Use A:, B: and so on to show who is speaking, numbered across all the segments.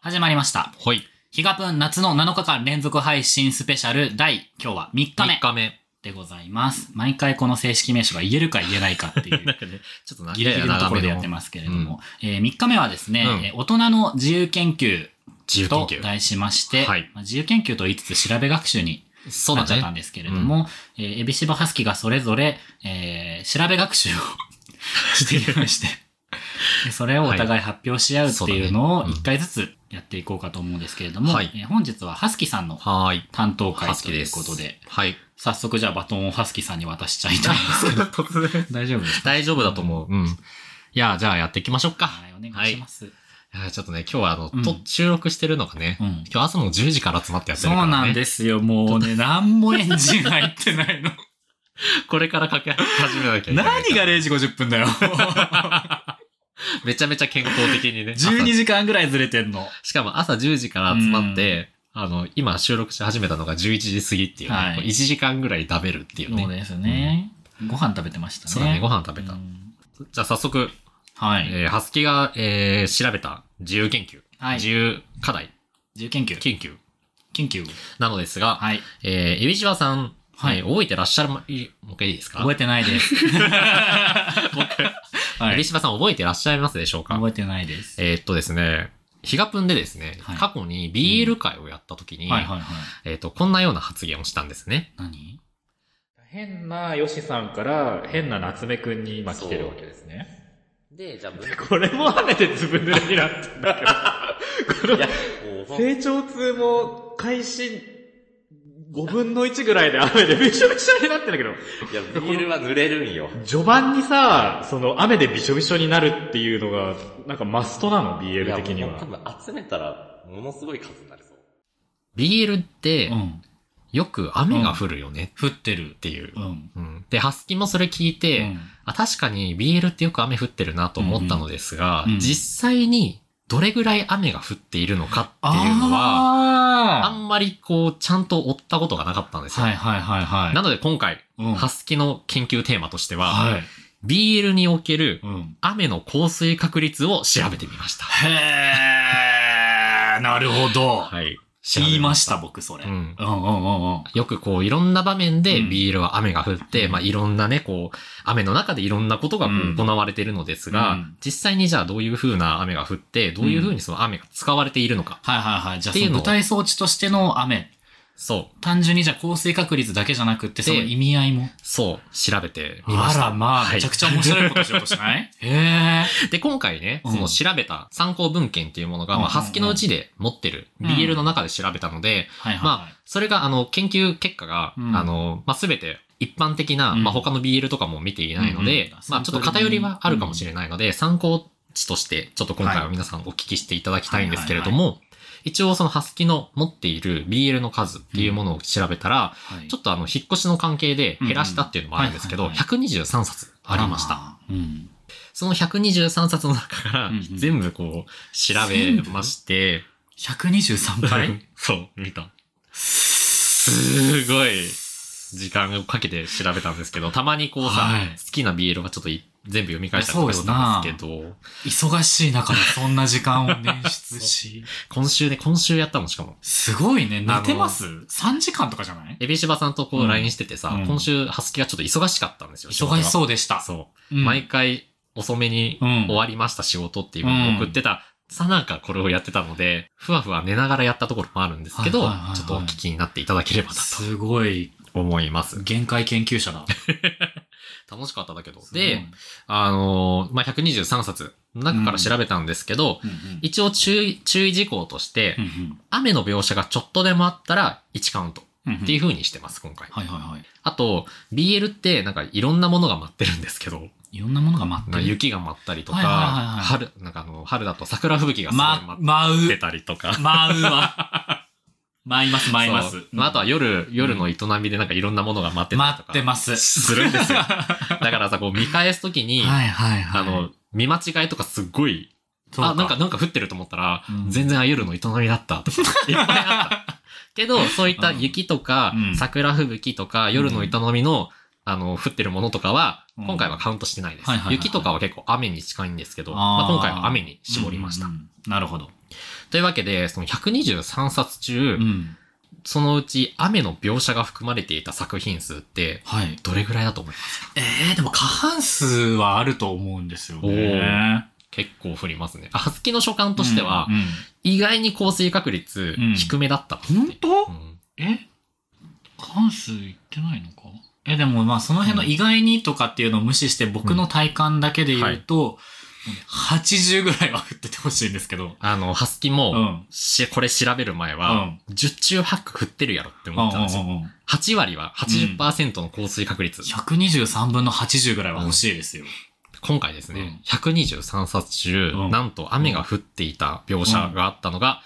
A: 始まりました。
B: ほい。
A: ヒガプン夏の7日間連続配信スペシャル第、今日は3日目
B: 3日目。
A: でございます。毎回この正式名称が言えるか言えないか ってい
B: なん
A: う。
B: かね、ちょっとな
A: ギリギリのところでやってますけれども、えー3日目はですね、
B: うん
A: えー大人の自由研究
B: 自由研
A: と
B: 究。
A: 題しまして、
B: はい
A: まあ自由研究と言いつつ調べ学習に
B: そう
A: なっちゃっ
B: だ
A: たん
B: ね。
A: ですけれども、えーエビシバハスキがそれぞれ、えー調べ学習を していまして、でそれをお互い発表し合うっていうのを
B: はいそうだねうん
A: 1回ずつやっていこうかと思うんですけれども、
B: はい
A: えー本日はハスキさんの
B: はーい。
A: 担当会
B: はす
A: と
B: き
A: い
B: で
A: う
B: す。
A: ことで、
B: はい。、
A: 早速じゃあバトンをハスキさんに渡しちゃいたいんですけど
B: 突然。
A: 大丈夫ですか
B: 大丈夫だと思う。うん。いや、じゃあやっていきましょうか。
A: はい、お願いします。
B: いやちょっとね、今日はあの、
A: うん
B: と収録してるのがね、
A: うん
B: 今日朝の10時から集まってやって
A: そう
B: るから、ね。
A: なん
B: す。
A: ですよ。もうね、何もエンジン入ってないの。
B: これからかけ始めなきゃいけない。
A: 何が0時50分だよ。
B: めちゃめちゃ健康的にね。
A: 12時間ぐらいずれてんの。
B: しかも朝10時から集まって、あの、今収録し始めたのが11時過ぎっていうね、
A: はい
B: こう1時間ぐらい食べるっていうね。
A: そうですね。ご飯食べてましたね。
B: そうだね、ご飯食べた。
A: うん
B: じゃあ早速、
A: はい。
B: えー、はすきが、えー、調べた自由研究、
A: はい
B: 自由課題、
A: 自由研究。
B: 研究
A: 研究。
B: なのですが、
A: はい。
B: えー、エビジワさん、
A: はい
B: えー覚えてらっしゃるま、いもう一回いいですか
A: 覚えてない です。は
B: エビ
A: い。
B: ジワさん覚えてらっしゃいますでしょうか
A: 覚えてないです。
B: えーっとですね、ヒガプンでですね、
A: はい
B: 過去に BL 会をやった時に、
A: はいはいはい。
B: えーっと、こんなような発言をしたんですね。
A: 何
C: 変なヨシさんから変な夏目くんに今来てるわけですね。
B: で、じゃあ、
C: これもあめてずぶ濡れになってんだ けど。この成長痛も開始5分の1ぐらいで雨でびしょびしょになってんだけど、
D: いや、ビールは濡れるんよ。
C: 序盤にさ、その雨でびしょびしょになるっていうのが、なんかマストなの、
D: いや
C: BL 的に
D: もう
C: は
D: 多。分集めたら、ものすごい数になりそう。
B: BL って
A: う、ん。
B: よく雨が降るよね
A: 降ってる
B: っ。ていう
A: う。ん。
B: うんで、ハスキもそれ聞いて、
A: うん
B: あ、確かに BL ってよく雨降ってるなと思ったのですが、
A: うんうんうん
B: 実際にどれぐらい雨が降っているのかっていうのは、
A: あ
B: あんまりこう、ちゃんと追ったことがなかったんで
A: ー
B: すよ。
A: はいはいはいはい。
B: なので今回、
A: うん
B: ハスキの研究テーマとしては、
A: はい。
B: BL における
A: うん。
B: 雨の降水確率を調べてみました。
A: へー、なるほど。
B: はい。
A: 言いま
B: し
A: した、僕、それ。
B: う
A: うん
B: ん
A: うんうんうん。
B: よくこういろんな場面で
A: うん
B: BL は雨が降って、
A: うん
B: まあいろんなね、こう雨の中でいろんなことがこ
A: うん
B: う行われているのですが、
A: うん
B: 実際にじゃあどういう風な雨が降って、どういう風にその雨が使われているのか。
A: はいはいはい。じゃあ、
B: って
A: そ
B: いう
A: の
B: のを
A: 舞台装置としての雨。
B: そう、
A: 単純にじゃあ降水確率だけじゃなくって、その意味合いも。
B: そう、調べてみま
A: あ
B: した。
A: らまあ、
B: はい
A: めちゃくちゃ面白いことしようとしない へ
B: で、今回ね、
A: うん
B: その調べた参考文献っていうものが、
A: うん
B: まあ、ハスキのうちで持ってる、
A: うん
B: BL の中で調べたので、
A: はいはいはい。
B: まあ、それが、あの、研究結果が、
A: うん
B: あの、まあ、すべて一般的な、
A: うん
B: まあ、他の BL とかも見ていないので、
A: うんうん
B: まあ、ちょっと偏りはあるかもしれないので、参考値として、ちょっと今回は皆さんお聞きしていただきたいんですけれども、一応そのハスキの持っている BL の数っていうものを調べたら、
A: はい
B: ちょっとあの、引っ越しの関係で減らしたっていうのもあるんですけ
A: う
B: ど、
A: んうんはい
B: 123冊ありました。。
A: うん。
B: その123冊の中から
A: うんうん
B: 全部こう、調べまして、
A: 123倍
B: そう、見た。すごい、時間をかけて調べたんですけど、たまにこうさ、
A: はい
B: 好きな BL がちょっとい全部読み返したりとかしたんですけど、
A: 忙しい中でそんな時間を捻出 し。
B: 今週ね、今週やったのしかも。
A: すごいね。寝てます ?3 時間とかじゃない
B: エビシバさんとこ
A: う
B: う
A: ん
B: LINE しててさ、
A: うん
B: 今週、ハスキがちょっと忙しかったんですよ。
A: 忙し
B: う。
A: そうでした。
B: そう。
A: うん
B: 毎回遅めに
A: うん
B: 終わりました仕事っていうのを送ってた、さなかこれをやってたので、ふわふわ寝ながらやったところもあるんですけど、
A: はいはいはいはい
B: ちょっとお聞きになっていただければなと
A: すごい、
B: 思います。
A: 限界研究 者だ。
B: 楽しかっただけど。で、、あのーまあ、123冊の中から調べたんですけど、
A: うんうん
B: 一応注意、注意事項として、
A: うん
B: 雨の描写がちょっとでもあったら1カウント
A: うんうん
B: っていう風にしてます、今回。
A: はいはいはい。
B: あと、BL ってなんかいろんなものが待ってるんですけど、
A: いろんなものが待っ
B: な
A: て
B: んか
A: る。
B: 雪が舞ったりとか、
A: はいはいはいはい
B: 春、なんかあの、春だと桜吹雪がすごい
A: ま、
B: 舞
A: 舞
B: って
A: う。
B: たりとか。
A: 舞うわ。舞います、舞います
B: そう。まあ、あとは夜、夜の営みでなんかいろんなものが待ってたり
A: 待
B: とか。
A: ってます。
B: す るんですよ。だからさ、こう見返すときに、
A: はいはいはい。
B: あの、見間違いとかすっごい
A: そう
B: あ、なんか、、なんか降ってると思ったら、
A: うん
B: 全然あ夜の営みだった とか、いっぱいあった。けど、そういった雪とか、
A: うん
B: 桜吹雪とか、夜の営みの、あの、降ってるものとかは、
A: うん
B: 今回はカウントしてないです
A: はいはいは。い
B: 雪とかは結構雨に近いんですけど、
A: あー
B: まあ、今回は雨に絞りました
A: うんう。んうんなるほど。
B: というわけで、その123冊中、
A: うん。
B: そのうち雨の描写が含まれていた作品数って、
A: はい。
B: どれぐらいだと思いますか
A: えー、でも過半数はあると思うんですよね。
B: 結構降りますね。あ、ハスキの所感としては、
A: うんうん
B: 意外に降水確率
A: うん
B: 低めだったなって、
A: 本当
B: うん
A: え関数いってないのかえ、でもまあその辺の意外にとかっていうのを無視して僕の体感だけで言うと、もうね80ぐらいは降っててほしいんですけど。
B: あの、ハスキ
A: う
B: も、
A: ん。
B: しこれ調べる前は、10中8区降ってるやろって
A: う
B: 思ってたんですよ。
A: ん。
B: 8割は80%の降水確率。
A: 123分の80ぐらいは欲しいですよ。
B: 今回ですね、123冊中、
A: うん
B: なんと雨が降っていた描写があったのが、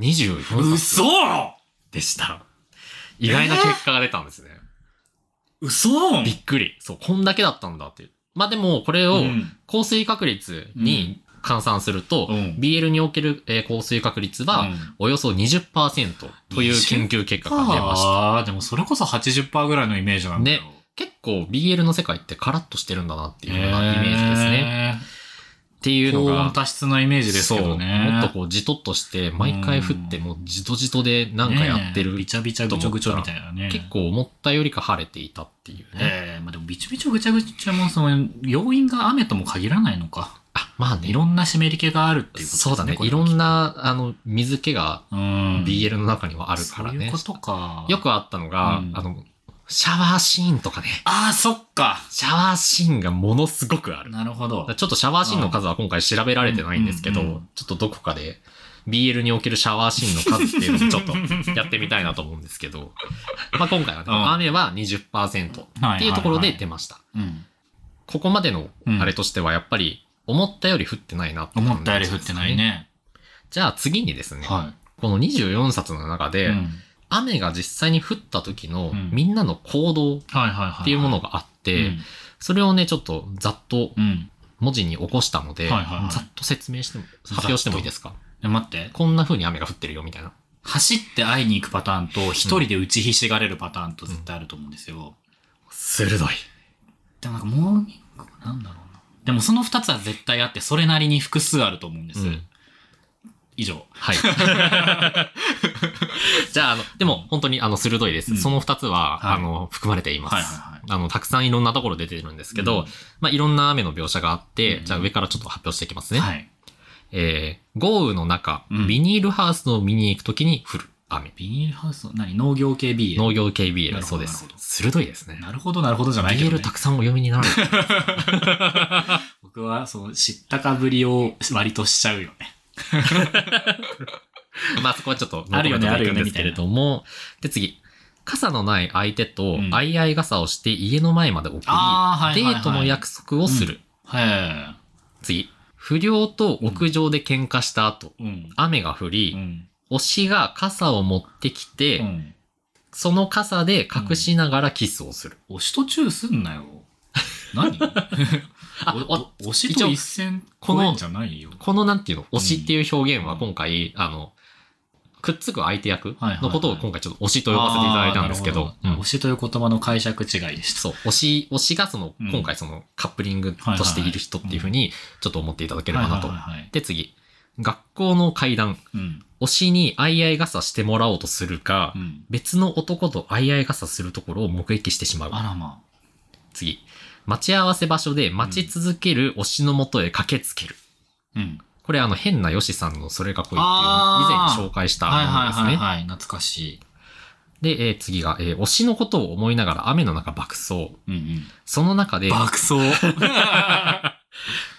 B: 24冊
A: 嘘
B: でした。意外な結果が出たんですね。
A: 嘘
B: びっくり。そう、こんだけだったんだっていう。まあでも、これを
A: うん
B: 降水確率に換算すると、
A: うん
B: BL におけるえー降水確率
A: う
B: は
A: ん、
B: およそ20%という研究結果が出ました。
A: あーでもそれこそ80%ぐらいのイメージなんだよ。
B: ね結構 BL の世界ってカラッとしてるんだなっていうようなイメージですね。
A: ね。
B: っていうの
A: 高
B: が
A: 温、多湿なイメージですけどね。
B: そうもっとこう、じとっとして、毎回降って、
A: うん
B: もうじとじとでなんかやってる。
A: ねえびちゃびちゃぐちょぐちょみたいなね。
B: 結構思ったよりか晴れていたっていうね。
A: ええまあでもびちょびちょぐちゃぐちゃもその要因が雨とも限らないのか。
B: あ、まあね、
A: いろんな湿り気があるっていうことですね。
B: そうだね。
A: こ
B: い
A: れは
B: ろんな、あの、水気が
A: うん。
B: BL の中にはあ
A: あ
B: るから
A: そうい
B: ね
A: うこ。とか。
B: よ。くあったのが、
A: うん
B: あの、シャワーシーンとかね。
A: ああ、そっか。
B: シャワーシーンがものすごくある。
A: なるほど。
B: ちょっとシャワーシーンの数は今回調べられてないんですけど、
A: うんうんうん
B: ちょっとどこかで BL におけるシャワーシーンの数っていうのもちょっとやってみたいなと思うんですけ ど、まあ今回はね、
A: うん
B: 雨は20%っ
A: は
B: ていうところで出ました。
A: うん。
B: ここまでのあれとしてはやっぱり思ったより降ってないなって感じ
A: 思ったより降ってない
B: ですね。
A: ね。
B: じゃあ次にですね、
A: は
B: この24冊の中
A: い。
B: で、
A: うん
B: 雨が実際に降った時の
A: うん
B: みんなの行動っ
A: はいはいはい。
B: ていうもの
A: が
B: があっ
A: う
B: て
A: ん、
B: それをね、ちょっとざっと
A: うん。
B: 文字に起こしたので、
A: はいはいはい
B: ざっと説明しても、発表してもいいですか
A: で待って。
B: こんな風に雨が降ってるよみたいな。
A: 走って会いに行くパターンと、一人で打ちひしがれるパターンと絶対あると思うんですよ。
B: 鋭い。
A: でもなんかモーニングなんだろうな。でもその二つは絶対あって、それなりに複数あると思うんです。
B: うん
A: 以上。
B: はい。 じゃあ、あの、でも本当にあの、鋭いです。
A: うん
B: その二つは、
A: はい
B: あの、含まれています。
A: はいはいはい
B: あの、たくさんいろんなところ出てるんですけど、
A: うん
B: まあ、いろんな雨の描写があって、
A: うん
B: じゃあ上からちょっと発表していきますね。
A: はい。
B: えー、豪雨の中、
A: うん
B: ビニールハウスを見に行くときに降る雨。
A: ビニールハウスの、何農業系 BL。
B: 農業系ビー
A: な
B: ル、
A: るほ
B: そ
A: ど
B: うで
A: な
B: す
A: るほ。ど
B: 鋭いですね。
A: なるほど、なるほどじゃないけど、
B: BL
A: ね。
B: たくさんお読みになられてる
A: 僕は、その、知ったかぶりを割としちゃうよね。
B: まあそこはちょっと、
A: あるよね
B: 残りといくんですけれども。で、次。傘のない相手と
A: ん、
B: あいあい傘をして家の前まで送り、
A: あーはいはいはい
B: デートの約束をする。
A: へ
B: 次。不良と屋上で喧嘩した後、
A: え。うん。
B: 雨が降り、
A: うん。
B: 推しが傘を持ってきて、
A: うん。
B: その傘で隠しながらキスをする。
A: 押しとチューすんなよ。 何
B: あ
A: おお押しと一線
B: この
A: 超えんじゃないよ。
B: このなんていうの、推しっていう表現は今回、あの、くっつく相手役のことを今回ちょっと推しと呼ばせていただいたんですけ
A: あー
B: ど
A: なるほ、
B: うん
A: 押しという言葉の解釈違いでした。
B: そう、推し、推しがその
A: うん、
B: 今回そのカップリングとしている人っていうふうに、ちょっと思っていただければなと
A: はい。はいはいはい
B: で、次。学校の階段。
A: うん。
B: 推しにあいあい傘してもらおうとするか
A: う、ん。
B: 別の男とあいあい傘するところを目撃してしまう。
A: あらま
B: 次。待ち合わせ場所で待ち続ける推しのもとへ駆けつける。
A: あ。うん。
B: これあの変なヨシさんのそれが来いっていう、以前
A: あー
B: に紹介したも
A: はい
B: の
A: は
B: で
A: い
B: すね。
A: はいはい。懐かしい。
B: で、えー次が、えー推しのことを思いながら雨の中爆走。
A: うんうん。
B: その中で、
A: 爆走。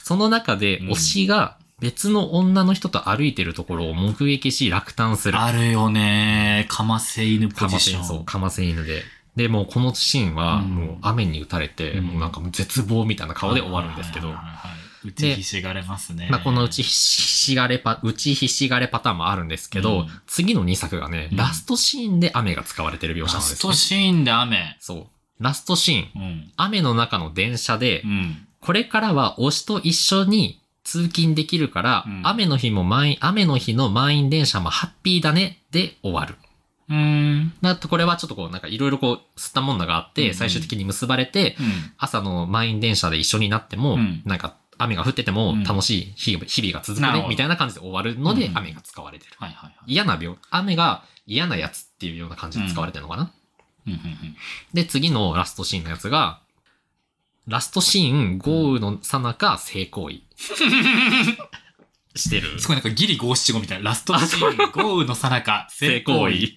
B: その中で
A: うん
B: 推しが別の女の人と歩いてるところを目撃し落胆する。
A: あるよねかませ犬ポ
B: かま
A: ジ
B: せ
A: ション。
B: そう、かませ犬で。で、もうこのシーンは、
A: うん
B: もう雨に打たれて、
A: うん
B: もうなんかもう絶望みたいな顔で終わるんですけど、
A: はいはい
B: ま
A: はいはい打ちひしがれますね。
B: あこのうちひしがれパ、打ちひしがれパターンもあるんですけど、
A: うん
B: 次の2作がね、
A: うん
B: ラストシーンで雨が使われてる描
A: ラ
B: 写なんで
A: ス
B: す、ね
A: ト。シーンで雨。
B: そう。ラストシーン。
A: うん。
B: 雨の中の電車で、
A: うん。
B: これからは推しと一緒に通勤できるから、
A: うん
B: 雨の日も満員、雨の日の満員電車もハッピーだねで終わる。
A: うーん。
B: なと、これはちょっとこう、なんかいろいろこう、吸ったもんだがあ
A: う
B: っ
A: ん
B: て、
A: うん
B: 最終的に結ばれて、
A: うん
B: 朝の満員電車で一緒になっても、
A: うん
B: なんか、雨が降ってても
A: うん
B: 楽しい日々日々が続く
A: なるほ
B: ね
A: ど、
B: みたいな感じで終わるので
A: う、ん
B: 雨が使われてる。
A: はいはいはい。
B: 嫌な病、雨が嫌なやつっていうような感じで使われてるのかな。
A: うんうんうん
B: で、次のラストシーンのやつが、ラストシーン、豪雨のさなか、性行為。してる。
A: すごいなんかギリ五七五みたいな。ラストシーン、豪雨のさなか、
B: 性行為。。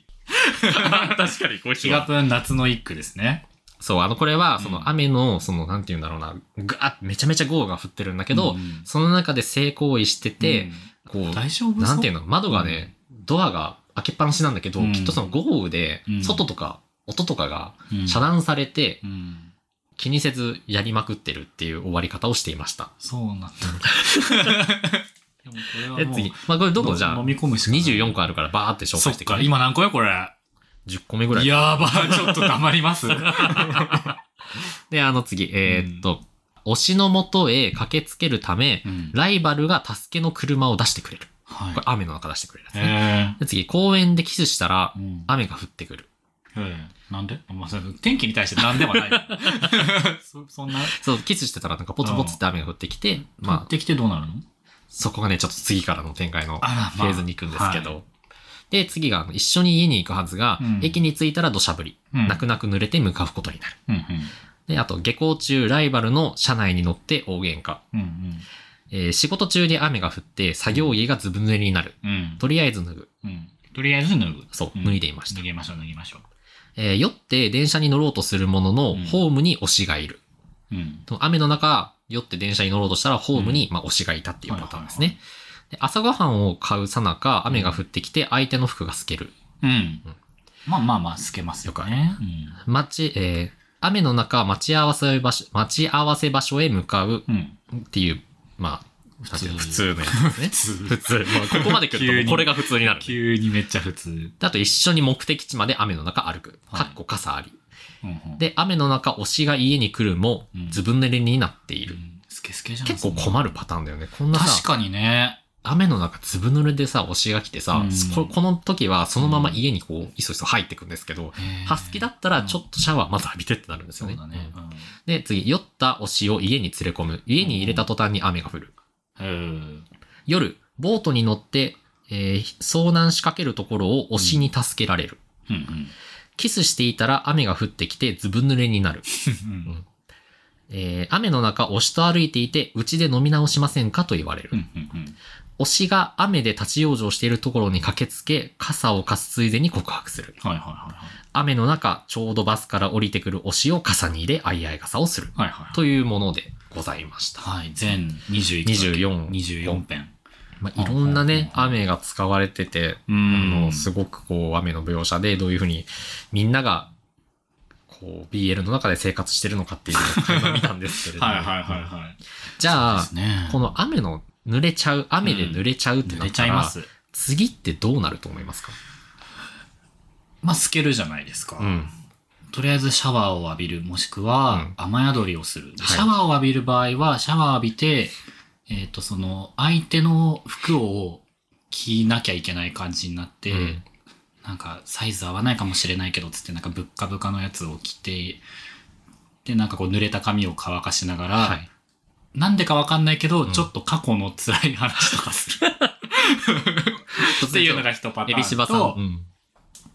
B: 確かに、これ
A: 気がぷん夏の一句ですね。
B: そう、あの、これは、そうの
A: ん
B: 雨の、その、なんて言うんだろうな、ガーッめちゃめちゃ豪雨が降ってるんだけど、
A: うん
B: その中で性行為して
A: う
B: て
A: ん、
B: こ
A: 大丈夫
B: う、なんていう
A: の
B: の、窓がね、ドアが開けっぱなしなんだけど、
A: うん
B: きっとその豪雨で
A: う、ん
B: 外とか、音とかが遮断されて、
A: うん。
B: 気にせずやりまくってるっていう終わり方をしていました。
A: そうなん だ。でもこれ
B: で、
A: はもう
B: 次。まあ、これどこじゃあ
A: 飲み込むしかない
B: 24個あるからバーって紹
A: そ
B: 介
A: っ
B: してく
A: か、
B: れ。
A: 今何個よ、これ。
B: 10個目ぐらい。
A: やば、ちょっと黙り ます。
B: で、あの次、えーっと、推しのもとへ駆けつけるため、
A: うん
B: ライバルが助けの車を出してくれる。
A: はい
B: これ雨の中出してくれるやつね。
A: え
B: で次、公園でキスしたら
A: ー、うん
B: 雨が降ってくる。
A: ええなんで、まあ、それ天気に対して何でも ない。そそんな、
B: そう、キスしてたらなんかポツポツって雨が降ってきて、
A: ま
B: まあ、
A: ってきてどうなるの
B: そこがね、ちょっと次からの展開のフ
A: あらまあ
B: ェーズに行くんですけ
A: は
B: ど。で、次が、あの一緒に家に行くはずが
A: うん、
B: 駅に着いたら土砂降り。
A: うん
B: 泣く泣く濡れて向かうことになる。
A: うん
B: で、あと、下校中、ライバルの車内に乗って大喧嘩。
A: うん。うん
B: えー仕事中に雨が降って、作業着がずぶ濡れになる。
A: うん。うん。
B: とりあえず脱ぐ。
A: うん。とりあえず脱ぐ。
B: そう、
A: うん
B: 脱いでいました
A: 脱。ぎましょう、脱ぎましょ
B: えー酔って電車に乗ろうとするものの、
A: うん
B: ホームに推しがいる。
A: う。うん。
B: でも雨の中、酔って電車に乗ろうとしたら、ホームに、まあ、推しがいたっていうパターンですね。
A: はい
B: で朝ごはんを買うさなか、雨が降ってきて、相手の服が透ける。
A: うん。まあまあまあ、透けますよね。
B: 待ち、えー雨の中、待ち合わせ場所、待ち合わせ場所へ向かう
A: うん。うん。
B: っていう、まあ、
A: 普通
B: なんていうの普通のやつですね。 普通。まあ、ここまで来
A: 急
B: る
A: に
B: と、これが普通になる。
A: 急にめっちゃ普通。うん
B: であと一緒に目的地まで雨の中歩く。
A: はい
B: かっこ傘あり。
A: うん、
B: で、雨の中、推しが家に来るも
A: うん、
B: ずぶ濡れになっていうる。
A: ん、スケスケじゃん。
B: 結
A: る。
B: 構困るパターンだよね。こんな
A: 確
B: さ、
A: かにね。
B: 雨の中、ずぶ濡れでさ、推しが来てさ、
A: うん
B: ここの時はそのまま家にこう、いそいそ入ってくんですけど、ハスキだったらちょっとシャワーまず浴びてってなるんです
A: そ
B: よ
A: う
B: ね。
A: だね。
B: で、次、酔った推しを家に連れ込む。家に入れた途端に雨が降る。
A: うん。
B: 夜、ボートに乗って、えー遭難しかけるところを推しに助けられる。
A: うんうん。
B: キスしていたら雨が降ってきてずぶ濡れになる。
A: うん
B: えー雨の中、推しと歩いていて、うちで飲み直しませんかと言われる。
A: うんうんうん。
B: 推しが雨で立ち往生しているところに駆けつけ、傘を貸すついでに告白する。
A: はいはいはい
B: 雨の中、ちょうどバスから降りてくる推しを傘に入れ、あいあい傘をする。
A: はい。はいはい。
B: というものでございました。
A: はい、全21
B: 24
A: 24編。
B: まあ、いろんなね、
A: うん
B: 雨が使われてて、
A: う
B: あ
A: ん
B: の、すごくこう、雨の描写でどういうふうにみんなが、こう、BL の中で生活してるのかっていうのを垣間見たんですけれども。
A: はいはいはいはい。
B: じゃあ
A: で、すね。
B: この雨の濡れちゃう、雨で濡れちゃうって
A: 濡
B: なっ
A: れちゃ
B: た
A: い
B: ら、
A: ます。
B: 次ってどうなると思いますか
A: まあ、透けるじゃないですか。
B: うん。
A: とりあえずシャワーを浴びる、もしく
B: う
A: は
B: ん
A: 雨宿りをする。
B: はい
A: シャワーを浴びる場合は、シャワー浴びて、えっ、と、その、相手の服を着なきゃいけない感じになって、
B: うん
A: なんか、サイズ合わないかもしれないけど、つって、なんか、ぶっかぶかのやつを着て、で、なんかこう、濡れた髪を乾かしながら、
B: はい
A: なんでかわかんないけど、
B: うん
A: ちょっと過去の辛い話とかする。っていうのが一パター
B: エ
A: ン
B: ビ
A: と。
B: シバさん。うん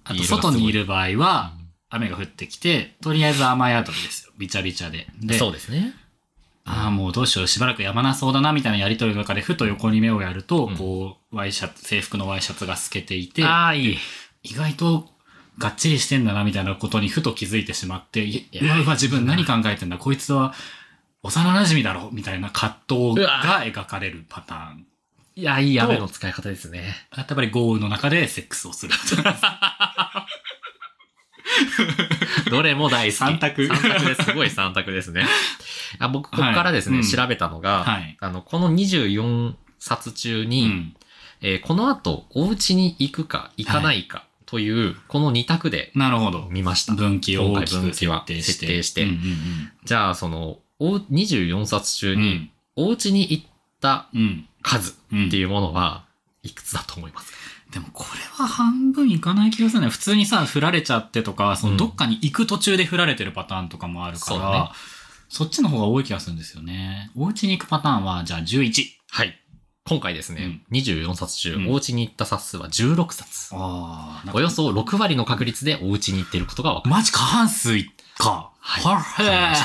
A: あと、外にいる場合は、雨が降ってきて、とりあえず雨宿りですよ。びちゃびちゃで。で、
B: そうですね。
A: ああ、もうどうしよう、しばらくやまなそうだな、みたいなやりとりの中で、ふと横に目をやると、
B: うん
A: こう、ワイシャツ、制服のワイシャツが透けていて、
B: ああ、いい。
A: 意外と、がっちりしてんだな、みたいなことにふと気づいてしまって、い
B: や
A: うわうわ、自分何考えてんだ、こいつは、幼馴染だろ、みたいな葛藤
B: うわ
A: が描かれるパターン。
B: いや、いい雨の使い方ですね。
A: やっぱり豪雨の中でセックスを する。
B: どれも大好き。
A: 三択
B: 三択です。すごい三択ですね。 あ僕、ここからですね、
A: はいうん
B: 調べたのが、
A: はい
B: あの、この24冊中
A: う
B: に、
A: ん。
B: えーこの後、お家に行くか、行かないか、という、この2択で
A: なるほど。
B: 見ました。
A: 分岐を
B: 今
A: 大
B: 回
A: き
B: 分
A: く
B: 岐は
A: 設定して。
B: 設定して
A: うんうん
B: じゃあ、その、お24冊中
A: うん。
B: に、お家に行った
A: うん。
B: 数っ
A: うん。
B: ていうものは、いくつだと思いますか、
A: でもこれは半分いかない気がするね。普通にさ、振られちゃってとか、そ
B: うん
A: のどっかに行く途中で振られてるパターンとかもあるか
B: そうね
A: ら、そっちの方が多い気がするんですよね。お家に行くパターンは、じゃあ11。
B: はい。今回ですね、24冊中、お家に行った冊数は16冊。
A: ああ、
B: およそ6割の確率でお家に行っていることが分かる。
A: マジ過半数いっか。
B: はい
A: はれー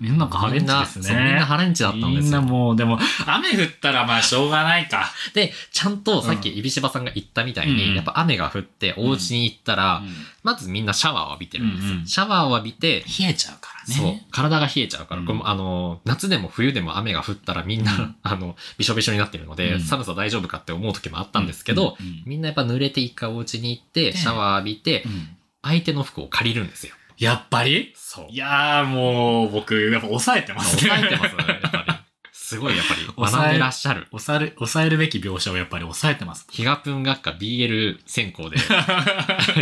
A: みんなハレンチです
B: みんなそうみんな
A: ね。
B: ハレンチだったんで
A: みん
B: す
A: な
B: よ。
A: もう、でも、雨降ったらまあしょうがないか。
B: で、ちゃんとさっき、いびしばさんが言ったみたいに、
A: うん
B: やっぱ雨が降って、お家に行ったら、まずみんなシャワーを浴びてるんですよ。
A: うんうん
B: シャワーを浴びて、
A: 冷えちゃうからね。
B: そう、体が冷えちゃうから、
A: うん
B: これもあの、夏でも冬でも雨が降ったらみんな、
A: うん
B: あの、びしょびしょになってるので、
A: うん
B: 寒さ大丈夫かって思う時もあったんですけど、
A: うんうん
B: みんなやっぱ濡れて一回お家に行って、
A: ね
B: シャワー浴びて
A: う、ん
B: 相手の服を借りるんですよ。
A: やっぱり
B: そう。
A: いやーもう、僕、やっぱ抑えてますね。
B: 抑えてますよね、やっぱり。すごい、やっぱり、学んでらっしゃる。
A: 抑える、抑えるべき描写をやっぱり抑えてます。
B: ヒガプン学科 BL 専攻で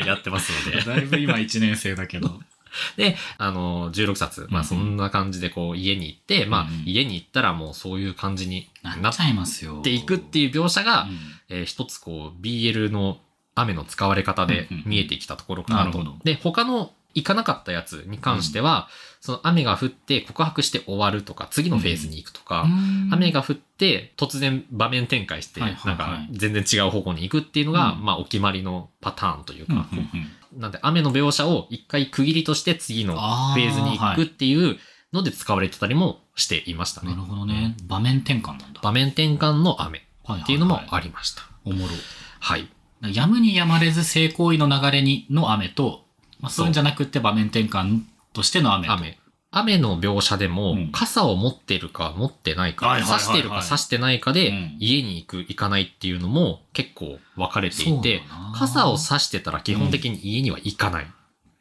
B: やってますので。
A: だいぶ今1年生だけど。
B: で、あの、16冊、まあ
A: うん
B: そんな感じでこう家に行って、まあ
A: うん
B: 家に行ったらもうそういう感じに
A: な
B: な
A: っ
B: っ
A: ちゃいますよ。
B: ていくっていう描写
A: う
B: が、
A: ん
B: えー一つこう BL の雨の使われ方で
A: うんうんうん
B: 見えてきたところかな
A: なる
B: と。
A: ほど
B: で、他の行かなかったやつに関しては、その雨が降って告白して終わるとか、次のフェーズに行くとか、雨が降って突然場面展開して、
A: はいはい
B: なん
A: はい
B: か全然違う方向に行くっていうのが、
A: うん
B: まあお決まりのパターンという
A: うんうん
B: か、
A: うん
B: なんで雨の描写を一回区切りとして次のフ
A: あ
B: ェーズに行く
A: は
B: っ
A: い
B: ていうので使われてたりもしていましたね
A: なる。ほどね。場面転換なんだ。
B: 場面転換の雨
A: っ
B: っていうのもありました。
A: おもろ。
B: はい。
A: やむにやまれず性行為の流れにの雨と、まあ、そういうんじゃなくて場面転換としての雨と。
B: 雨。雨の描写でも、
A: うん
B: 傘を持ってるか持ってないか、
A: はいはいはいはい
B: 差してるか差してないかで、
A: うん
B: 家に行く、行かないっていうのも結構分かれて
A: そう
B: い
A: だ
B: て、
A: な
B: 傘を差してたら基本的に家には行かない。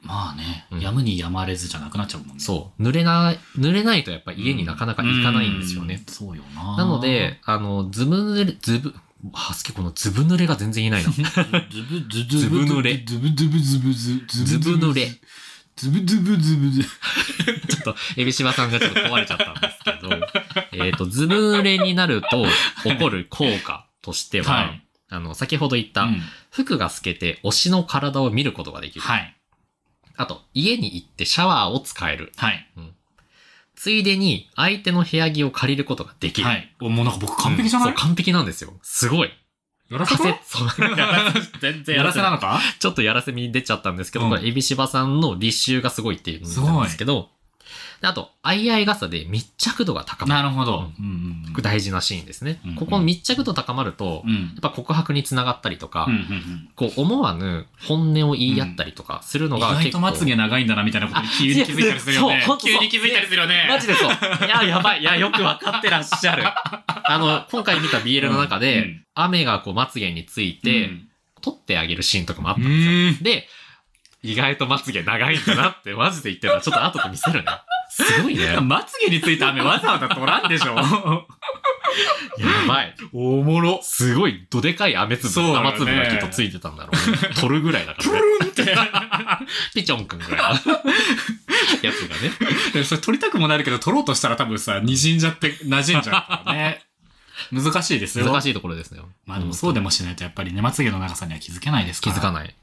A: まあね、
B: うん
A: やむにやまれずじゃなくなっちゃうもんね。
B: そう。濡れない、濡れないとやっぱ家になかなか行かないんですよね。
A: うんそうよな。
B: なので、、あの、ずぶ濡れ、ずぶ、はすけこのずぶ濡れが全然言 えないな。
A: ずぶずぶ
B: ずぶ濡れ
A: ずぶずぶずぶず
B: ずぶ濡れ。
A: ずぶずぶずぶずぶ。
B: ちょっと、エビシバさんがちょっと壊れちゃったんですけど、 えっと、ずぶ濡れになると起こる効果としては、
A: はい
B: あの、先ほど言った、
A: うん
B: 服が透けて推しの体を見ることができる。
A: はい。
B: あと、家に行ってシャワーを使える。
A: はい。
B: ついでに、相手の部屋着を借りることができる。
A: はい。おもうなんか僕完璧じゃな
B: う
A: い
B: んそう、完璧なんですよ。すごい。
A: やら
B: 仮説、そう
A: 全然やらせなのか
B: ちょっとやらせに出ちゃったんですけど、
A: うん
B: これ、エビシバさんの立秋がすごいっていうのなんですけど、であと、相合い傘で密着度が高まる。
A: なるほど。うんうん
B: 大事なシーンですね。
A: うんうん
B: ここ密着度高まると、
A: うん。うん
B: やっぱ告白につながったりとか、
A: うんうん。
B: こう思わぬ本音を言い合ったりとかするの
A: 意
B: が
A: 外
B: 結
A: と
B: 構、
A: まつげ長いんだなみたいなことに急に気づいたりするよね
B: あそう。
A: 急に気づいたりするよね。
B: マジでそう。いや、やばい。いや、よくわかってらっしゃる。あの、今回見た BL の中で、
A: うん
B: 雨がこう、まつげについて、取ってあげるシーンとかもあったんですよ。
A: ん。
B: で、意外とまつげ長いんだなって、マジで言ってた。ちょっと後で見せるね。すごいね。や
A: まつげについた雨わざわざ取らんでしょ
B: ばい。
A: おもろ。
B: すごい、どでかい雨粒、
A: そうだね
B: 雨粒がきっとついてたんだろうね。取るぐらいだからね。ピチョンくんぐ らいのやつがね。
A: それ取りたくもなるけど、取ろうとしたら多分さ、滲んじゃって、馴染んじゃうからね。難しいですよ。
B: 難
A: しい。
B: しいところですね。
A: まあでもそうでもしないとやっぱりね、まつげの長さには気づけないです
B: 気
A: から。
B: づか
A: い。
B: ない。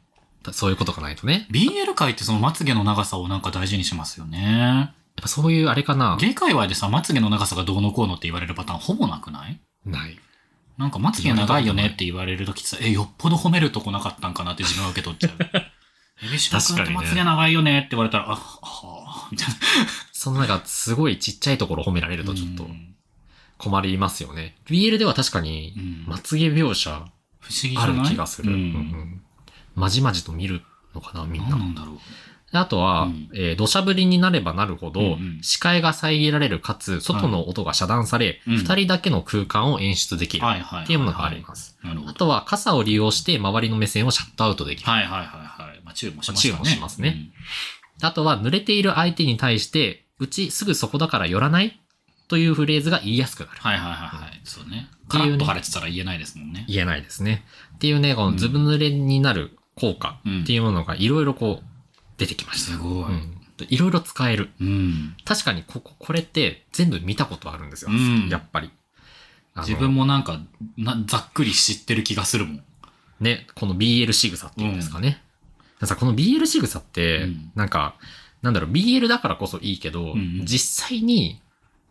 B: だそういうことがないとね。
A: BL 界ってそのまつげの長さをなんか大事にしますよね。
B: やっぱそういうあれかな。
A: ゲイ界隈でさ、まつげの長さがどうのこうのって言われるパターンほぼなくない
B: ない。
A: なんかまつげ長いよねって言われるときさ、え、よっぽど褒めるとこなかったんかなって自分は受け取っ ちゃう。えびしば君
B: 確
A: っ
B: か
A: て
B: にね
A: まつげ長いよねって言われたら、あ、はあ、みたいな。
B: そのなんかすごいちっちゃいところ褒められるとちょっと
A: うん
B: 困りますよね。BL では確かに
A: うん、
B: まつげ描写
A: 不思議じ
B: あ
A: ゃ
B: る
A: ない
B: 気がする。
A: う
B: うん
A: ん。
B: うんまじまじと見るのかな、みん
A: 何な
B: な。
A: んだろう。
B: であとは、
A: うん
B: えー土砂降りになればなるほど、
A: うんうん
B: 視界が遮られるかつ、外の音が遮断され、
A: う
B: 二、
A: ん
B: 人だけの空間を演出できる
A: はいはい。
B: っていうものがあります。
A: なるほど。
B: あとは、傘を利用して周りの目線をシャットアウトできる。
A: はいはいはいはい。まあ、注文しますね。
B: 注文しますねあとは、濡れている相手に対して、うちすぐそこだから寄らないというフレーズが言いやすくなる
A: うん。はいはいはいはい。そうね。
B: て
A: カ
B: いう
A: ラ
B: ね
A: ッと晴れてたら言えないですもんね。
B: 言えないですね。っていうね、このずぶ濡れになる効果
A: うん
B: っていうものがいろいろこう出てきまし
A: す
B: た。
A: ごい。
B: いろいろ使える。
A: うん。
B: 確かにここ、これって全部見たことあるんですよ。
A: うん
B: やっぱり。あの
A: 自分もなんか、なざっくり知ってる気がするもん。
B: ね、この BL 仕草っていうんですかね。だからさこの BL 仕草って
A: うん、
B: なんか、なんだろう、BL だからこそいいけど、
A: うん
B: 実際に、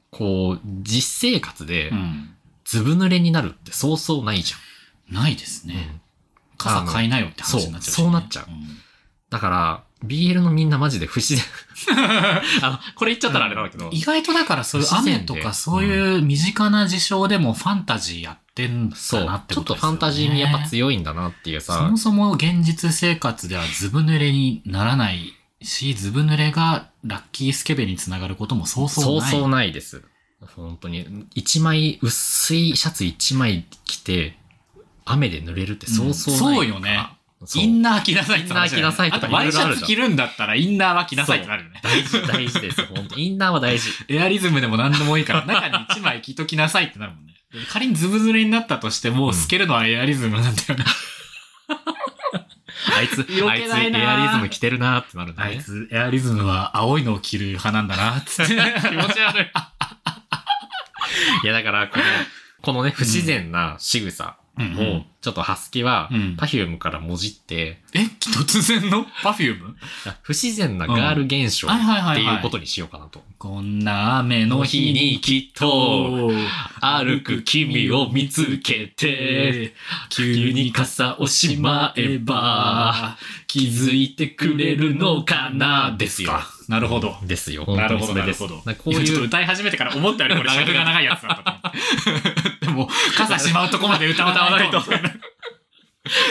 B: こう、実生活で
A: う、ん。
B: ずぶ濡れになるってそうそうないじ
A: ないです
B: ゃん。
A: ね。
B: うん
A: 傘買いなよって話になっちゃう、
B: そうそうなっちゃうだから、BL のみんなマジで不自然。 あの、これ言っちゃったらあれなんだけど、
A: 意外とだからそういう
B: 不自
A: 雨
B: 然で
A: とかそういう身近な事象でもファンタジーやってんだ
B: そう
A: なっ、て
B: ちょ
A: こ
B: っ
A: と
B: と
A: ですよね。
B: ファンタジーにやっぱ強いんだなっていう
A: そ
B: さ
A: も、そも現実生活ではずぶ濡れにならないし、ずぶ濡れがラッキースケベにつながることもそうそう
B: そう
A: ない。
B: そうないです。本当に、一枚、薄いシャツ一枚着て、雨で濡れるってそうそうな
A: う
B: い、
A: んそうよね。
B: そう
A: インナー着なさいって話だよね
B: インナー着なさいと
A: あ
B: か
A: と
B: いろいろあ
A: ワ
B: る
A: イシャツ
B: じゃん
A: 着るんだったらインナーは着なさいってなるよね。
B: 大事、大事です。本当インナーは大事。
A: エアリズムでも何でもいいから、中に1枚着ときなさいってなるも んね。仮にズブズレになったとしても、透けるのはエアリズムなんだよね。
B: あいつ、
A: 色
B: あい
A: 気
B: つ、
A: ないな
B: エアリズム着てるなーってなるんだ
A: あい
B: ね。
A: つ、エアリズムは青いのを着る派なんだな、つって。
B: 気持ち悪い。いや、だから、この、このね、不自然な仕草
A: うん
B: を、ちょっとハスキは
A: うん、
B: パフュームからもじって、
A: え、突然のパフューム
B: 不自然なガール現象
A: うんはいはい
B: っ
A: は
B: て
A: いはい
B: いうことにしようかなと。
A: こんな雨の日に
B: きっ
A: と、
B: 歩く君を見つけて、急に傘をしまえば、気づいてくれるのかなですよ。
A: なるほど。
B: ですよ。
A: なるほど、な
B: 本当にそれで
A: る
B: す
A: ほど。
B: だからこう
A: ちょっと
B: いう、
A: 歌い始めてから思ったよ りこれ尺が長いやつだったと思う。でも、傘しまうとこまで歌わないと。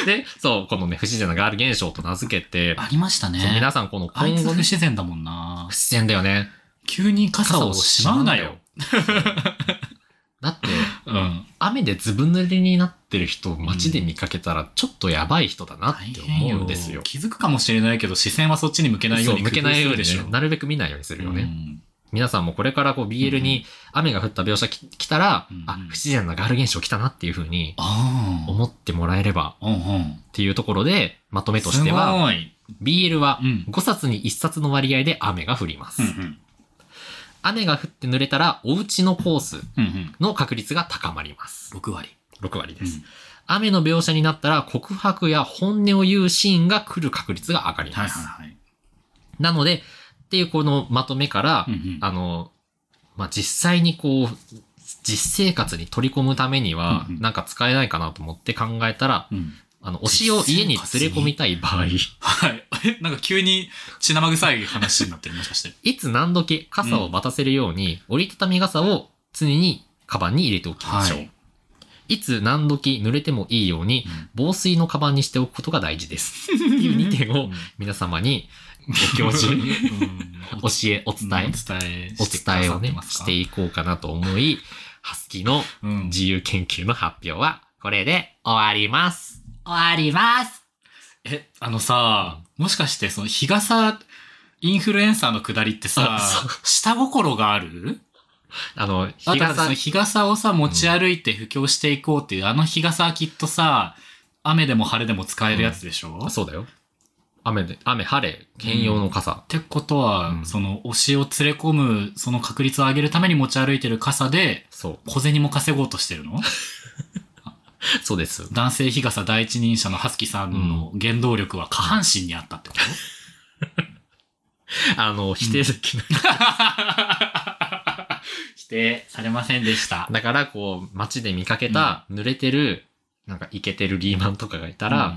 B: で、そう、このね、不自然なガール現象と名付けて、
A: ありました
B: そう
A: ね
B: 皆。さんこの
A: あい
B: 今
A: つ
B: 後
A: 不
B: ね、
A: 自然だもんな
B: 不。自然だよね。
A: 急に傘をしまうなよ。。
B: だって、
A: うん。
B: 雨でずぶ濡れになってる人を街で見かけたら、ちょっとやばい人だなって思うんですよ。
A: 気づくかもしれないけど、視線はそっちに向けないように
B: そう向けないように
A: 工夫する
B: ね、なるべく見ないようにするよね。
A: うん
B: 皆さんもこれからこう BL に雨が降った描写き来たら、
A: うんうん
B: あ、不自然なガール現象来たなっていうふうに
A: あ
B: 思ってもらえれば
A: あ。うんうん。
B: っていうところで、まとめとしては、
A: す
B: BL は
A: うん
B: 5冊に1冊の割合で雨が降ります。
A: ごい。うんうん。
B: 雨が降って濡れたら、お家のコース
A: うんうん。
B: の確率が高まります。
A: 6割。
B: 6割です。
A: うん
B: 雨の描写になったら、告白や本音を言うシーンが来る確率が上がり
A: はい
B: ます。
A: はいはい。
B: なので、っていうこのまとめから、
A: うんうん
B: あの、まあ、実際にこう、実生活に取り込むためには、
A: うんうん
B: なんか使えないかなと思って考えたら、
A: うん。
B: あの、推しを家に連れ込みたい場合、
A: はい。 え、なんか急に血生臭い話になってるもしかして。
B: いつ何時傘を渡せるように、折りたたみ傘を常にカバンに入れておきましょう。
A: はい
B: い、つ何時濡れてもいいように
A: うん、
B: 防水のカバンにしておくことが大 事です。っていう2点を皆様にご教授、 教え、お伝え、
A: お伝え
B: お
A: してくだ
B: 伝え
A: さ
B: を
A: って
B: ね
A: ま、す
B: し
A: か
B: ていこうかなと思い、ハスキーの
A: うん
B: 自由研究の発表は、これで終わります。
A: 終わります。え、あのさ、もしかしてその日傘、インフルエンサーのくだりってさ
B: あそう、
A: 下心がある
B: あの、
A: だ
B: 日
A: からそ
B: 傘
A: の、日傘をさ、持ち歩いて布教していこうっていう、あの日傘はきっとさ、雨でも晴れでも使えるやつでしょ、
B: あ
A: っ
B: そうだよ。雨で、雨、晴れ、兼用の傘。
A: てことは、
B: うん
A: その推しを連れ込む、その確率を上げるために持ち歩いてる傘で、
B: そう、
A: 小銭も稼ごうとしてるの
B: そうです。
A: 男性日傘第一人者のハスキさんの原動力は下半身にあったってこと、
B: あの、否定できない。
A: 否定されませんでした。
B: だから、こう、街で見かけた、濡れてる、なんか、イケてるリーマンとかがいたら、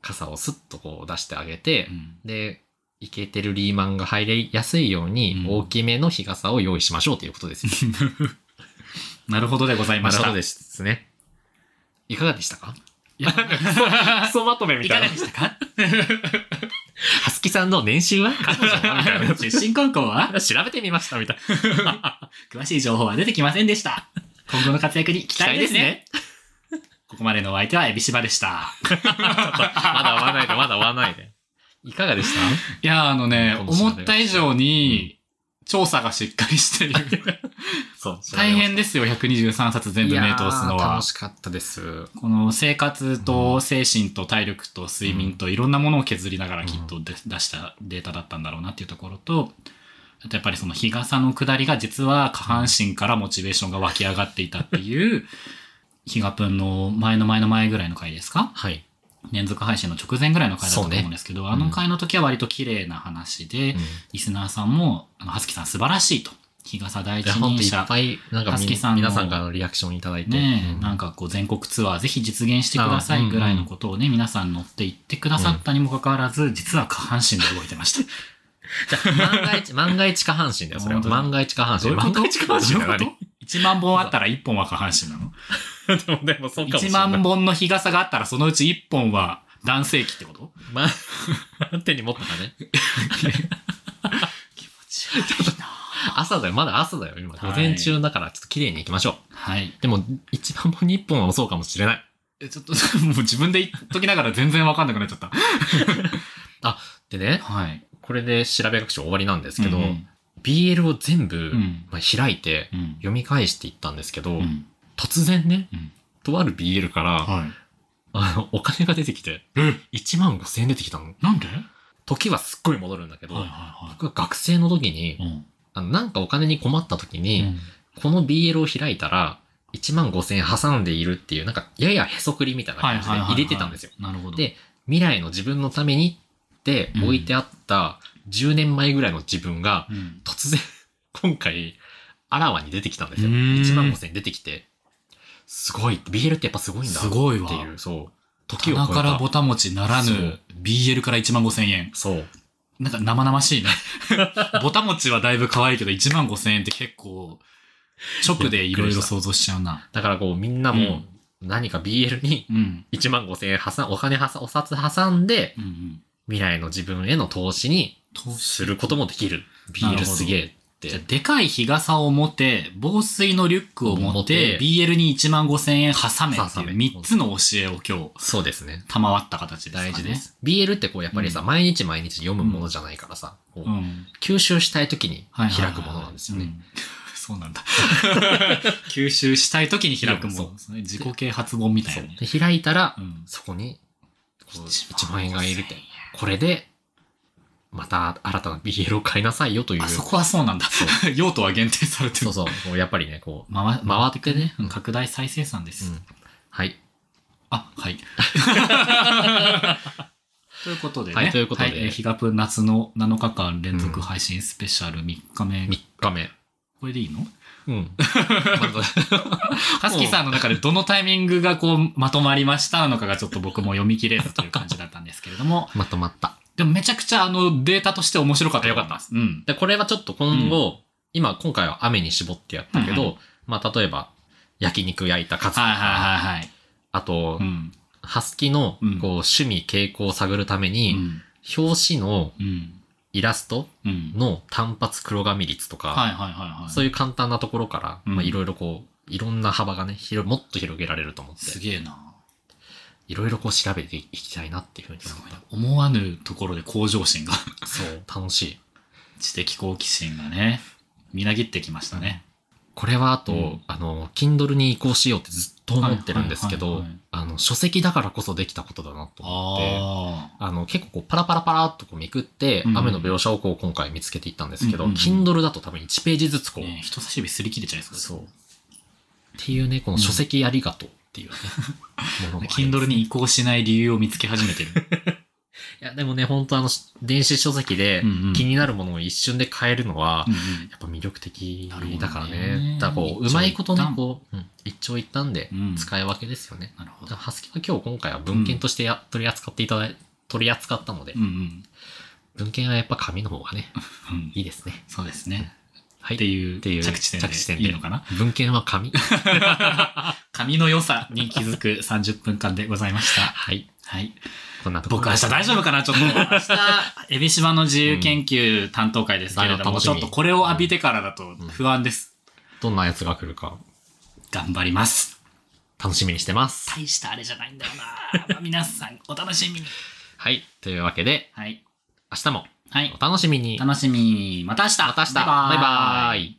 B: 傘をスッとこう出してあげて
A: う、ん
B: で、イケてるリーマンが入れやすいように、
A: うん
B: 大きめの日傘を用意しましょうということ ですよ。
A: なるほどでございま
B: なる
A: し
B: ほ
A: た。
B: どですね。いかがでしたか
A: いや
B: ク ソまとめ
A: いかがでしたか
B: はすきさんの年収は彼女はみたいな
A: 出身高校は
B: 調べてみましたみたいな。
A: 詳しい情報は出てきませんでした。今後の活躍に期待ですね。。ここまでのお相手はエビシバでした。
B: まだ終わらないで、まだ終わらないで。いかがでした
A: いやー、あのね、
B: 今度調べ
A: 思
B: ます
A: った以上に、調査がしっかりしている。
B: そう。
A: 大変ですよ、123冊全部目通すの
B: いやー
A: は
B: 楽。しかったです。
A: この生活と精神と体力と睡眠といろんなものを削りながらきっとで出したデータだったんだろうなっていうところと、あとやっぱりその日傘の下りが実は下半身からモチベーションが湧 き上がっていたっていう、日がぷんの前の前の前ぐらいの回ですか
B: はい。
A: 連続配信の直前ぐらいの回だったと
B: そう
A: 思
B: ね
A: うんですけど、あの回の時は割と綺麗な話で、
B: うん
A: リスナーさんも、あの、はすきさん素晴らしいと。日傘第一
B: いや、ほん
A: 人
B: といっ
A: 者。
B: ぱい、なんか
A: ハスキ
B: み
A: さんの
B: 皆さんからのリアクションいただいて。
A: ねえ、
B: うん
A: なんかこう全国ツアーぜひ実現してくださいぐらいのことをね、皆さん乗っていってくださったにもかかわらず、実は下半身で動いてました。
B: じゃあ万が一、万が一下半身だよ、それは。
A: 本当に
B: 万が一下半身。
A: どういうこと
B: 万が一下半身だよ、
A: どういうこと ?1 万本あったら1本は下半身なの
B: 何でも、でも、そうかもしれ
A: ?1
B: ない。
A: 万本の日傘があったらそのうち1本は男性器ってこと
B: ま、 手に持ったかね。 朝だよ、まだ朝だよ、今。
A: はい
B: 午前中だから、ちょっと綺麗に行きましょ
A: はい。
B: う。でも、一番も日本は遅うかもしれない。
A: えちょっと、 もう自分で言っときながら全然わかんなくなっちゃった。
B: でね、
A: はい。
B: これで調べ学習終わりなんですけど、
A: うん
B: BL を全部、
A: ん
B: まあ、開いて、
A: うん。
B: 読み返していったんですけど、
A: うん。
B: 突然ね、
A: うん
B: とある BL から、
A: はい。
B: あの、お金が出てきて、1万5千円出てきたの。
A: なんで
B: 時はすっごい戻るんだけど、
A: は
B: 僕は学生の時に
A: い、はい。
B: あのなんかお金に困った時
A: う
B: に、
A: ん。
B: この BL を開いたら、1万5千円挟んでいるっていう、なんか、ややへそくりみたいな
A: はい
B: 感じで
A: はい。
B: 入れてたんですよ。。
A: なるほど。
B: で未来の自分のためにって置いてあった10年前ぐらいの自分が、
A: うん。
B: 突然、 今回、あらわに出てきたんですよ。
A: うーん
B: 1万5千円出てきて、すごい、BL ってやっぱすごいんだ。
A: すごいわ
B: っていう、そう。時を超
A: 棚
B: えた。
A: からぼたもちなら
B: そ
A: ぬ
B: う
A: BL から1万5千円。
B: そう。
A: なんか生々しいね。 ぼたもちはだいぶ可愛いけど1万5千円って結構、直でいろいろ想像しちゃうな。
B: だからこう、みんな
A: う
B: も
A: ん、
B: 何か BL に
A: うん。
B: 1万5千円挟ん、お金挟ん、お札挟んで、
A: うんうん。
B: 未来の自分への投資に
A: 投資
B: することもできる。
A: なるほ
B: BL
A: ど
B: すげえっ
A: じゃ
B: て
A: あ。でかい日傘を持て、防水のリュックを持
B: 持
A: っ、
B: ってて
A: BL に1万5千円挟めって
B: 挟
A: い
B: め
A: う3つの教えを今日、
B: そうですね。
A: 賜った形ですかね。
B: 大事で。す。BL ってこう、やっぱりさ、毎日毎日読むものじゃないからさ、こ
A: う。
B: うん吸収したい時に
A: はいはいはい
B: 開くものなんですよね。。
A: うんそう なんだ。吸収したい時に開くも
B: いや
A: の。そうね自己啓発本みたい
B: そう
A: なね。
B: で開いたら
A: う、ん。
B: そこに、こう
A: 1
B: 1万円がいるって。これで、また新たな BL を買いなさいよという。
A: あそこはそうなんだ。 用途は限定されて
B: そ
A: る
B: う。そう。こうやっぱりね、こう。
A: 回回
B: 回ってね。うん
A: 拡大再生産です。
B: うんはい。
A: あ、はい。 ということでね。
B: はいということ
A: え
B: で
A: ーヒガプン夏の7日間連続配信スペシャル3日目。
B: 3日目。
A: これでいいの
B: うん。まず
A: ハスキーさんの中でどのタイミングがこうまとまりましたのかがちょっと僕も読み切れずという感じだったんですけれど も、
B: まとまった。
A: でもめちゃくちゃあのデータとして面白かった
B: よかった
A: です。うん。
B: で、これはちょっと今後、今、今回は雨に絞ってやったけど、
A: うんう
B: まあ、例えば、焼肉焼いた数とか、
A: はいはいはいはい。
B: あと、
A: うん。
B: ハスキの、こ
A: う
B: う、
A: ん
B: 趣味、傾向を探るため
A: う
B: に、
A: ん。
B: 表紙の
A: うん。
B: イラスト
A: うん。
B: の単発黒髪率とか、
A: はいはいはいはい。
B: そういう簡単なところから、
A: うん
B: まあ、いろいろこう、いろんな幅がね、広もっと広げられると思って、
A: すげえな。
B: いろいろこう調べていきたいなっていうふうに
A: す
B: 思
A: ごい
B: っ
A: な。思わぬところで向上心が。
B: た。そう、楽しい。
A: 知的好奇心がね、みなぎってきましたね。
B: これはあと、
A: うん
B: あの、Kindle に移行しようってずっと思ってるんですけ
A: はいは
B: ど
A: いはいはい、
B: あの、書籍だからこそできたことだなと思って、
A: あ
B: あの、結構こう、パラパラパラっとこうめくって、
A: うん
B: 雨の描写をこう今回見つけていったんですけど、
A: うんうんうん
B: Kindle だと多分1ページずつこ
A: あ。
B: う、
A: ね人差し指すり切れちゃいそうです。
B: そう。っていうね、この書籍ありがとうって いうね、ものがあります
A: Kindle に移行しない理由を見つけ始めてる。
B: いや、でもね、本当あの、電子書籍で
A: うんうん
B: 気になるものを一瞬で買えるのは、
A: うん
B: やっぱ魅力的
A: なるほどね
B: だからね。だからこう、うまいこ
A: 一長
B: と
A: 一
B: ね
A: 短、
B: こう、うん一長一短で
A: うん
B: 使い分けですよね。
A: なるほ
B: だか
A: ど
B: ら。ハスキは今日今回は文献としてや、取り扱っていただい、取り扱ったので、
A: うんうん。
B: 文献はやっぱ紙の方がね、
A: うん
B: いいですね。
A: そうですね。
B: はい。
A: っていう
B: っていう
A: 着地点
B: 着地点
A: で
B: で
A: いいのかな
B: 文献は紙。
A: 髪の良さに気づく30分間でございました。
B: はい。
A: はい。
B: こんなところ
A: 僕明日大丈夫かなちょっと。明日、エビ島の自由研究担当会ですけれど
B: うん
A: も、
B: 楽
A: ち
B: しみ
A: ょっとこれを浴びてからだと不安です。
B: どんなやつが来るか、
A: 頑張ります。
B: 楽しみにしてます。
A: 大したあれじゃないんだよな。 まあ皆さん、お楽しみに。
B: はい。というわけで、
A: はい。
B: 明日も
A: はい
B: お。楽しみに。
A: 楽しみ。また明日。
B: また明日。
A: バイバーイ。
B: バイバーイ